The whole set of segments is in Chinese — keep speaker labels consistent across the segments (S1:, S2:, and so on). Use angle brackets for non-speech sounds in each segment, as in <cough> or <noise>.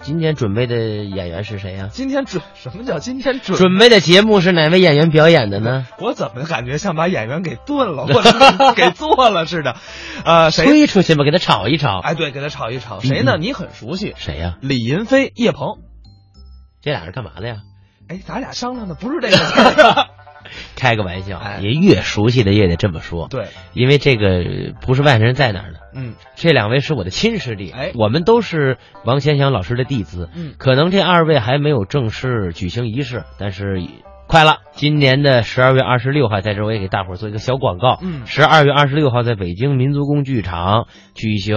S1: 今天准备的演员是谁呀、
S2: 今天准什么叫今天准？
S1: 准备的节目是哪位演员表演的呢？
S2: 我怎么感觉像把演员给
S1: <laughs>
S2: 炖了，或者给做了似的？呃，谁？
S1: 推出去吧，给他炒一炒。
S2: 哎，对，给他炒一
S1: 嗯
S2: 炒。谁呢？你很熟悉，
S1: 谁呀、
S2: 李云飞、叶鹏。
S1: 这俩人干嘛的呀？
S2: 哎，咱俩商量的不是这个事
S1: <laughs>
S2: 儿。
S1: 开个玩笑，
S2: 哎
S1: 您越熟悉的也得这么说。
S2: 对，
S1: 因为这个不是外人在哪儿呢？
S2: 嗯，
S1: 这两位是我的亲师弟，
S2: 哎
S1: 我们都是王千祥老师的弟子。
S2: 嗯
S1: 可能这二位还没有正式举行仪式，但是快了。今年的十二月二十六号，在这儿我也给大伙儿做一个小广告。
S2: 嗯
S1: 十二月二十六号在北京民族宫剧场举行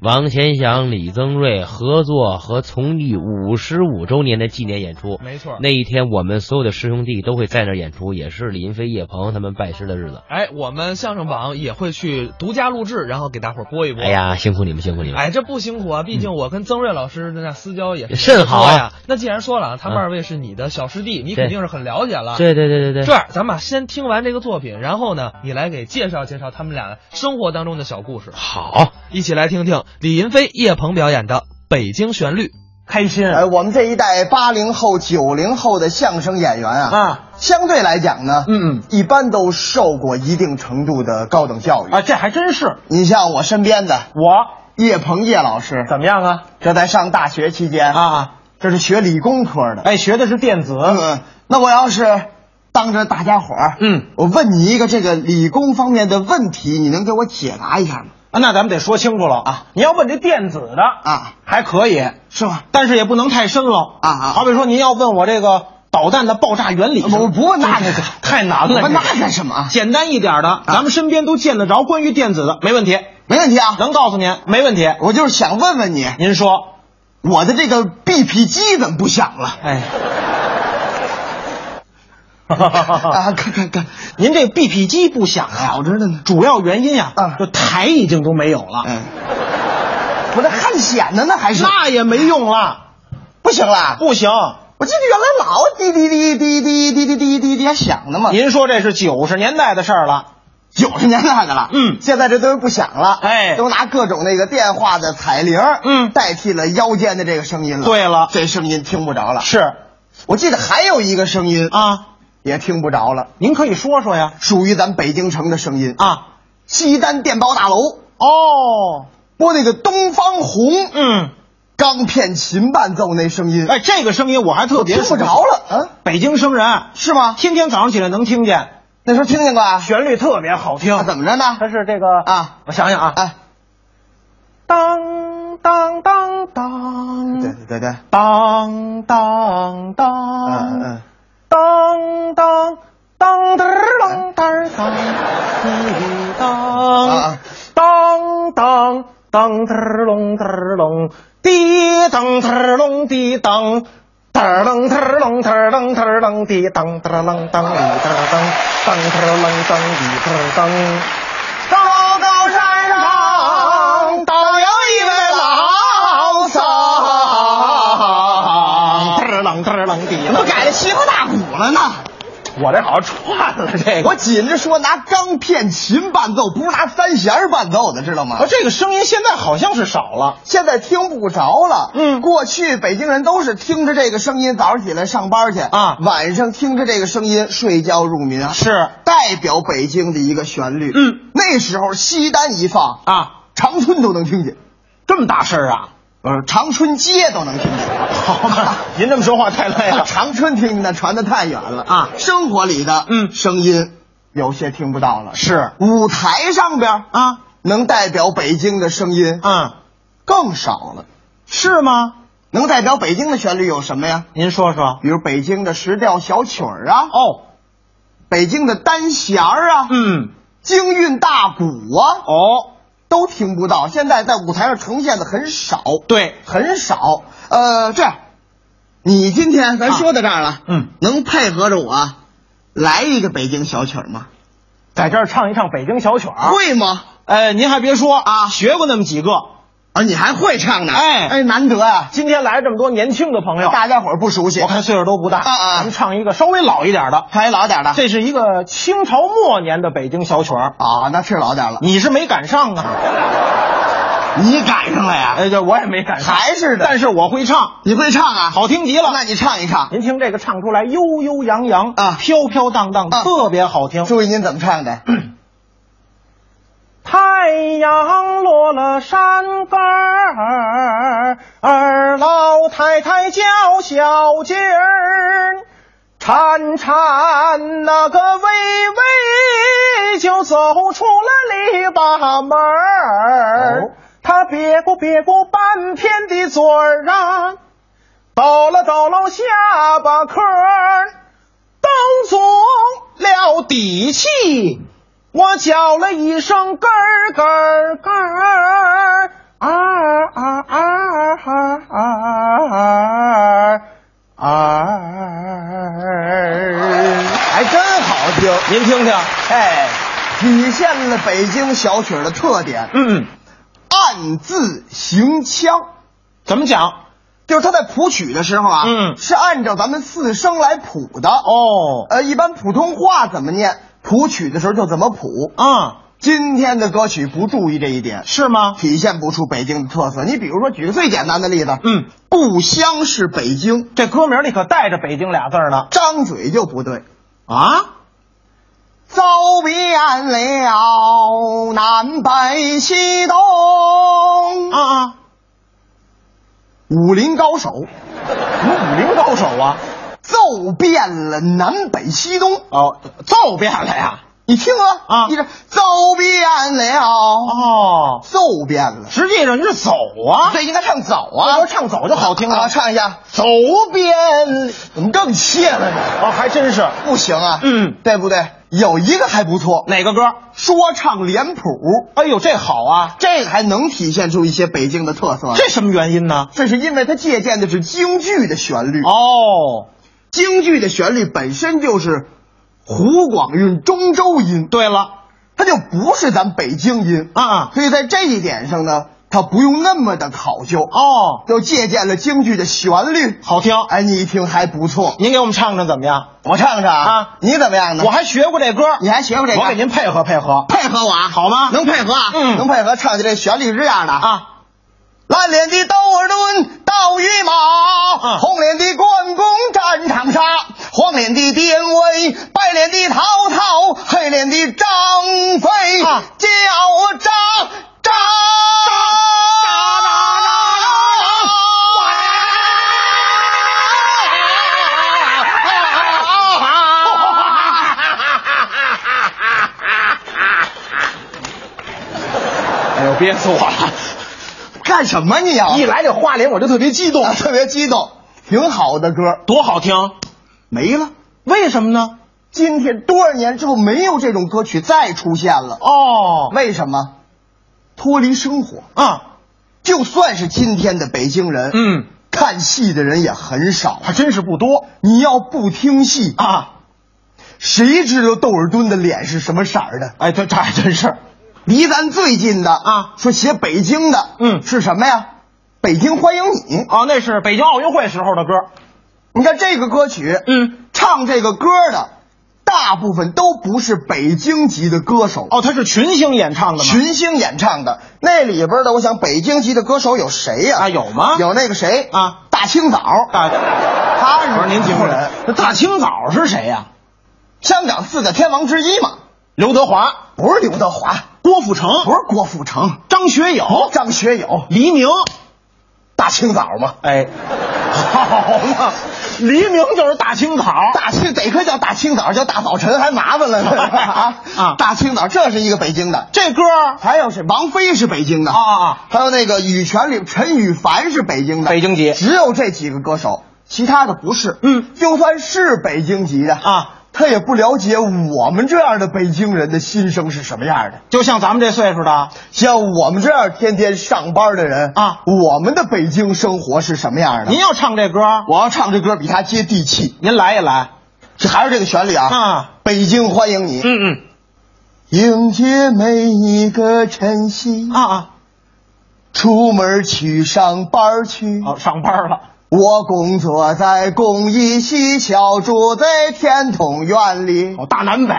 S1: 王千祥、李增瑞合作和从艺五十五周年的纪念演出。
S2: 没错。
S1: 那一天，我们所有的师兄弟都会在那儿演出，也是李云飞、叶鹏他们拜师的日子。
S2: 哎，我们相声榜也会去独家录制，然后给大伙儿播一播。
S1: 哎，呀，辛苦你们，辛苦你们！
S2: 哎，这不辛苦啊，毕竟我跟曾瑞老师的那私交也是
S1: 甚好
S2: 呀。那既然说了，啊，他
S1: 嗯
S2: 们二位是你的小师弟，你
S1: 对
S2: 肯定是很了解了。。
S1: 对对对对
S2: 这
S1: 对，
S2: 样，咱们啊先听完这个作品，然后呢，你来给介绍介绍他们俩生活当中的小故事，
S1: 好，
S2: 一起来听听李云飞、叶鹏表演的《北京旋律》，开心
S3: 哎，我们这一代八零后、九零后的相声演员啊，
S2: 啊！
S3: 相对来讲呢，
S2: 嗯，
S3: 一般都受过一定程度的高等教育
S4: 啊，。这还真是
S3: 你像我身边的
S4: 我
S3: 叶鹏叶老师，
S4: 怎么样啊？
S3: 这在上大学期间，
S4: 啊，
S3: 这是学理工科的。
S4: 哎，学的是电子，
S3: 嗯，那我要是当着大家伙儿，
S4: 嗯，
S3: 我问你一个这个理工方面的问题，你能给我解答一下吗？
S4: 啊，那咱们得说清楚了啊。你要问这电子的
S3: 啊，
S4: 还可以，
S3: 是吗？
S4: 但是也不能太深了
S3: 啊啊
S4: 好比说您要问我这个导弹的爆炸原理是，
S3: 我不问那个
S4: 这太难了，
S3: 我问
S4: 这个
S3: 那干什么啊
S4: 简单一点的，咱们身边都见得着关于电子的，没问题，
S3: 没问题啊，
S4: 能告诉您，没问题。
S3: 我就是想问问你，
S4: 您说，
S3: 我的这个 BP 机怎么不响了？
S4: 哎。
S3: 啊，看看看，
S4: <laughs> 您这 BP 机不响啊？
S3: 好着呢
S4: 主要原因呀、
S3: 啊
S4: 就台已经都没有了，
S3: 嗯，我这汗显的呢，还是
S4: 那也没用
S3: 啊
S4: 了，
S3: 不行了。
S4: 不行。
S3: 我记得原来老滴滴滴滴滴滴滴滴滴滴还响呢嘛，
S4: <laughs> 您说这是九十年代的事儿了，
S3: 九十年代的了，
S4: 嗯
S3: 现在这东西不响了，
S4: 哎
S3: 都拿各种那个电话的彩铃，
S4: 嗯
S3: 代替了腰间的这个声音了，
S4: 对了
S3: 这声音听不着了。
S4: 是
S3: 我记得还有一个声音，
S4: 啊，
S3: 也听不着了，
S4: 您可以说说呀
S3: 属于咱北京城的声音，
S4: 啊，
S3: 西单电报大楼
S4: 哦，
S3: 播那个东方红
S4: 嗯，
S3: 钢片琴伴奏那声音，
S4: 哎，这个声音我还特别
S3: 听不着了，嗯、
S4: 北京生人
S3: 是吗？
S4: 天天早上起来能听见，
S3: 那时候听见过啊？
S4: 旋律特别好听
S3: 啊怎么着呢？
S4: 它是这个
S3: 啊，
S4: 我想想啊，
S3: 啊，
S4: 当当当当，
S3: 对对对对，
S4: 当当当，
S3: 嗯嗯，
S4: 当当当当当当当
S3: 嗯
S4: 当当当当嘚隆嘚隆，滴当嘚隆滴当，嘚隆嘚隆嘚隆嘚隆滴当嘚隆当里嘚当，当嘚隆当里嘚当。高高山上，倒有一位老僧，嘚啷嘚啷滴
S3: 怎么改西瓜大鼓了呢？
S4: 我这好像串了这个。
S3: 我紧着说拿钢片琴伴奏，不是拿三弦儿伴奏的，知道吗
S4: 啊，？这个声音现在好像是少了。
S3: 现在听不着了。
S4: 嗯
S3: 过去北京人都是听着这个声音早上起来上班去
S4: 啊
S3: 晚上听着这个声音睡觉入眠，
S4: 是
S3: 代表北京的一个旋律。
S4: 嗯，
S3: 那时候西单一放，
S4: 啊，
S3: 长春都能听见，
S4: 这么大事儿啊！
S3: 呃，长春街都能听见。
S4: 好嘛，您这么说话太累了。
S3: <laughs> 长春听的传的太远了
S4: 啊
S3: 生活里的
S4: 嗯
S3: 声音有些听不到了，
S4: 是
S3: 舞台上边
S4: 啊，
S3: 能代表北京的声音
S4: 嗯，
S3: 更少了，
S4: 是吗？
S3: 能代表北京的旋律有什么呀？
S4: 您说说。
S3: 比如北京的时调小曲儿啊，
S4: 哦，
S3: 北京的单弦儿啊，
S4: 嗯，
S3: 京韵大鼓啊，
S4: 哦，
S3: 都听不到。现在在舞台上呈现的很少，
S4: 对，
S3: 很少。呃，这样，你今天咱说到这儿了，
S4: 嗯，
S3: 能配合着我来一个北京小曲儿吗？
S4: 在这儿唱一唱北京小曲儿。
S3: 会吗？
S4: 呃，您还别说啊，学过那么几个。
S3: 啊，你还会唱呢？
S4: 哎
S3: 哎，难得呀、
S4: 今天来这么多年轻的朋友，
S3: 大家伙儿不熟悉。
S4: 我看岁数都不大。
S3: 啊啊
S4: 咱们唱一个稍微老一点的。
S3: 还老点儿的。
S4: 这是一个清朝末年的北京小曲儿，
S3: 啊，那是老点儿了。
S4: 你是没赶上啊。
S3: 你赶上了呀？
S4: 哎，对，我也没赶上，
S3: 还是的
S4: 但是我会唱，
S3: 你会唱啊？
S4: 好听极了。嗯
S3: 那你唱一唱。
S4: 您听这个唱出来悠悠扬扬
S3: 啊
S4: 飘飘荡荡，
S3: 啊
S4: 特别好听。
S3: 注意您怎么
S4: <clears throat>
S3: 唱的？
S4: 太阳落了山根儿，二老太太叫小鸡儿，铲铲那个喂喂，就走出了篱笆门
S3: 哦
S4: 儿。他别过别过半天的嘴儿啊，抖了抖了下巴颏儿，抖足了底气。我叫了一声咯儿咯儿咯儿，啊啊啊啊啊啊！
S3: 还哎真好听。
S4: 您听听，
S3: 哎，体现了北京小曲儿的特点，
S4: 嗯，
S3: 暗自行腔，
S4: 怎么讲？
S3: 就是他在谱曲的时候啊，
S4: 嗯
S3: 是按照咱们四声来谱的。
S4: 哦，
S3: 呃，一般普通话怎么念，谱曲的时候就怎么谱。
S4: 啊，
S3: 今天的歌曲不注意这一点，
S4: 是吗？
S3: 体现不出北京的特色。你比如说，举个最简单的例子，
S4: 嗯，
S3: 故乡是北京，
S4: 这歌名里可带着“北京”俩字儿呢。
S3: 张嘴就不对。
S4: 啊，
S3: 走遍了南北西东
S4: 啊啊！
S3: 武林高手
S4: 什么武林高手啊？
S3: 奏遍了南北西东，
S4: 哦，揍遍了呀！
S3: 你听啊，
S4: 啊
S3: 你这走遍了，
S4: 哦，
S3: 奏遍了，
S4: 实际上是走啊，
S3: 这应该唱走
S4: 那
S3: 啊，
S4: 就唱走就好听了
S3: 啊唱一下，
S4: 走
S3: 遍怎么更切了呢？
S4: 哦，还真是。
S3: 不行啊，
S4: 嗯，
S3: 对不对？有一个还不错，
S4: 哪个歌？
S3: 说唱脸谱，
S4: 哎呦，这好啊！
S3: 这个还能体现出一些北京的特色来。
S4: 这什么原因呢？
S3: 这是因为它借鉴的是京剧的旋律，
S4: 哦，
S3: 京剧的旋律本身就是湖广韵、中州音，
S4: 对了，
S3: 它就不是咱北京音
S4: 啊啊，
S3: 所以在这一点上呢，它不用那么的考究，
S4: 哦，
S3: 就借鉴了京剧的旋律。
S4: 好听。
S3: 哎，你一听还不错，
S4: 您给我们唱唱怎么样？
S3: 我唱唱
S4: 啊
S3: 你怎么样呢？
S4: 我还学过这歌，
S3: 你还学过这个？
S4: 我给您配合配合，
S3: 配合我啊，
S4: 好吗？
S3: 能配合啊，
S4: 嗯
S3: 能配合唱起这旋律是这样的啊。
S4: 啊，
S3: 蓝脸的窦尔敦倒于马，
S4: 嗯
S3: 红脸的关公战长沙，黄脸的典韦，白脸的曹操，黑脸的张飞
S4: 啊
S3: 叫张张
S4: 哎呦，憋死我了！
S3: 干什么你啊？
S4: 一来这花脸我就特别激动
S3: 啊，特别激动，挺好的歌
S4: 多好听。
S3: 没了。
S4: 为什么呢？
S3: 今天多少年之后没有这种歌曲再出现了？
S4: 哦，
S3: 为什么？脱离生活，
S4: 啊，
S3: 就算是今天的北京人，
S4: 嗯，
S3: 看戏的人也很少。
S4: 还真是不多
S3: 你要不听戏，
S4: 啊。
S3: 谁知道窦尔敦的脸是什么色儿的？
S4: 哎，这这还真是
S3: 离咱最近的
S4: 啊
S3: 说写北京的，
S4: 嗯
S3: 是什么呀？北京欢迎你。
S4: 啊，那是北京奥运会时候的歌。
S3: 你看这个歌曲，
S4: 嗯，
S3: 唱这个歌的，大部分都不是北京籍的歌手，
S4: 哦，它是群星演唱的吗？
S3: 群星演唱的。那里边的，我想北京籍的歌手有谁呀、
S4: 啊有吗
S3: 有那个谁
S4: 啊，
S3: 大清早，
S4: 啊，
S3: 他
S4: 不是您听过
S3: 过来，
S4: 这大清早是谁呀、
S3: 香港四大天王之一嘛，
S4: 刘德华、
S3: 不是刘德华，
S4: 郭富城、
S3: 不是郭富城，
S4: 张学友、
S3: 张学友，
S4: 黎明。
S3: 大清早嘛，
S4: 哎，好嘛，黎明就是大清早。
S3: 大清得亏叫大清早，叫大早晨还麻烦了呢啊
S4: <laughs> 啊
S3: 大清早，这是一个北京的，
S4: 这歌儿
S3: 还有是王菲是北京的
S4: 啊啊啊，
S3: 还有那个羽泉里陈羽凡是北京的，
S4: 北京籍
S3: 只有这几个歌手，其他的不是。
S4: 嗯
S3: 就算是北京籍的
S4: 啊，
S3: 他也不了解我们这样的北京人的心声是什么样的。
S4: 就像咱们这岁数的，
S3: 像我们这样天天上班的人
S4: 啊
S3: 我们的北京生活是什么样的？
S4: 您要唱这歌儿，
S3: 我要唱这歌比他接地气，
S4: 您来一来
S3: 这还是这个旋律啊！
S4: 啊。
S3: 北京欢迎你，
S4: 嗯
S3: 迎接每一个晨曦
S4: 嗯，啊啊，
S3: 出门去上班去，
S4: 哦，上班了。
S3: 我工作在公益西桥，住在天通苑里。
S4: 哦，大南北，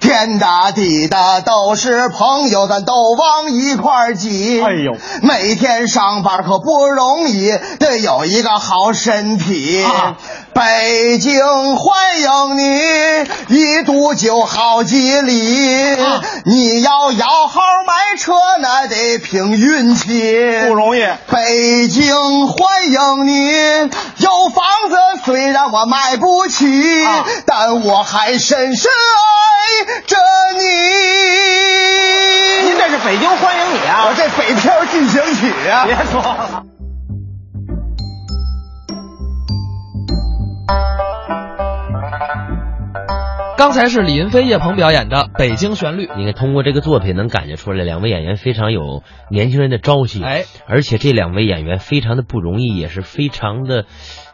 S3: 天大地大都是朋友，咱都往一块儿挤。
S4: 哎呦
S3: 每天上班可不容易，得有一个好身体。
S4: 啊
S3: 北京欢迎你，一度就好几里。
S4: 啊
S3: 你要摇号买车，那得凭运气。
S4: 不容易。
S3: 北京欢迎你，有房子虽然我买不起，
S4: 啊
S3: 但我还深深爱着你。
S4: 您这是北京欢迎你啊！
S3: 我这北漂进行曲啊！
S4: 别说了，
S2: 刚才是李云飞、叶鹏表演的《北京旋律》。
S1: 你看，通过这个作品能感觉出来，两位演员非常有年轻人的朝气，
S2: 哎，
S1: 而且这两位演员非常的不容易，也是非常的，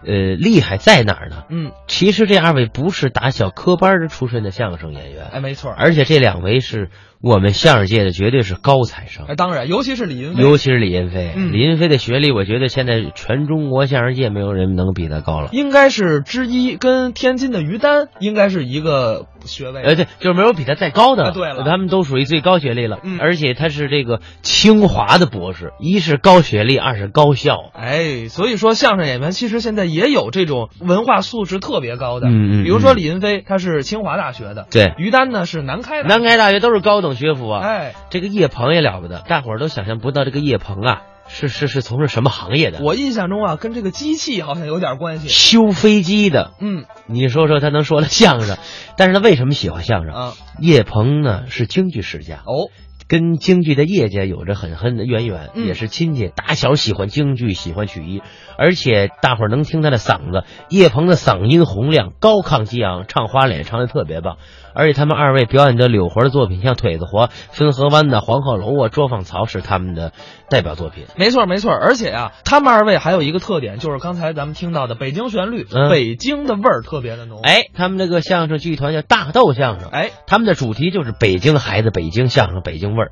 S1: 呃，厉害在哪儿呢？
S2: 嗯，
S1: 其实这二位不是打小科班儿出身的相声演员，
S2: 哎，没错。
S1: 而且这两位是我们相声界的绝对是高材生
S2: 哎，，当然，尤其是李云飞，
S1: 尤其是李云飞。
S2: 嗯
S1: 李云飞的学历，我觉得现在全中国相声界没有人能比他高了。
S2: 应该是之一，跟天津的于丹应该是一个学位。
S1: 呃，对，就是没有比他再高的了。
S2: 啊对了
S1: 他们都属于最高学历了，
S2: 嗯
S1: 而且他是这个清华的博士，一是高学历，二是高校。
S2: 哎，所以说相声演员其实现在也有这种文化素质特别高的，
S1: 嗯嗯嗯
S2: 比如说李云飞，他是清华大学的，
S1: 对，
S2: 于丹呢是南开的，
S1: 南开大学都是高等学府啊。
S2: 哎，
S1: 这个叶鹏也了不得，大伙儿都想象不到这个叶鹏啊，是是是从事什么行业的？
S2: 我印象中啊跟这个机器好像有点关系，
S1: 修飞机的。
S2: 嗯
S1: 你说说他能说了相声，但是他为什么喜欢相声？
S2: 啊
S1: 叶鹏呢是京剧世家，
S2: 哦
S1: 跟京剧的业界有着很很渊源，
S2: 嗯
S1: 也是亲戚，打小喜欢京剧，喜欢曲艺，而且大伙儿能听他的嗓子，叶鹏的嗓音洪亮，高亢激昂，唱花脸唱的特别棒，而且他们二位表演的柳活的作品，像《腿子活》《汾河湾》的《黄鹤楼》啊，《捉放曹》是他们的代表作品。
S2: 没错没错，而且啊他们二位还有一个特点，就是刚才咱们听到的北京旋律，
S1: 嗯
S2: 北京的味儿特别的浓，
S1: 哎，他们这个相声剧团叫大豆相声，
S2: 哎
S1: 他们的主题就是北京孩子、北京相声、北京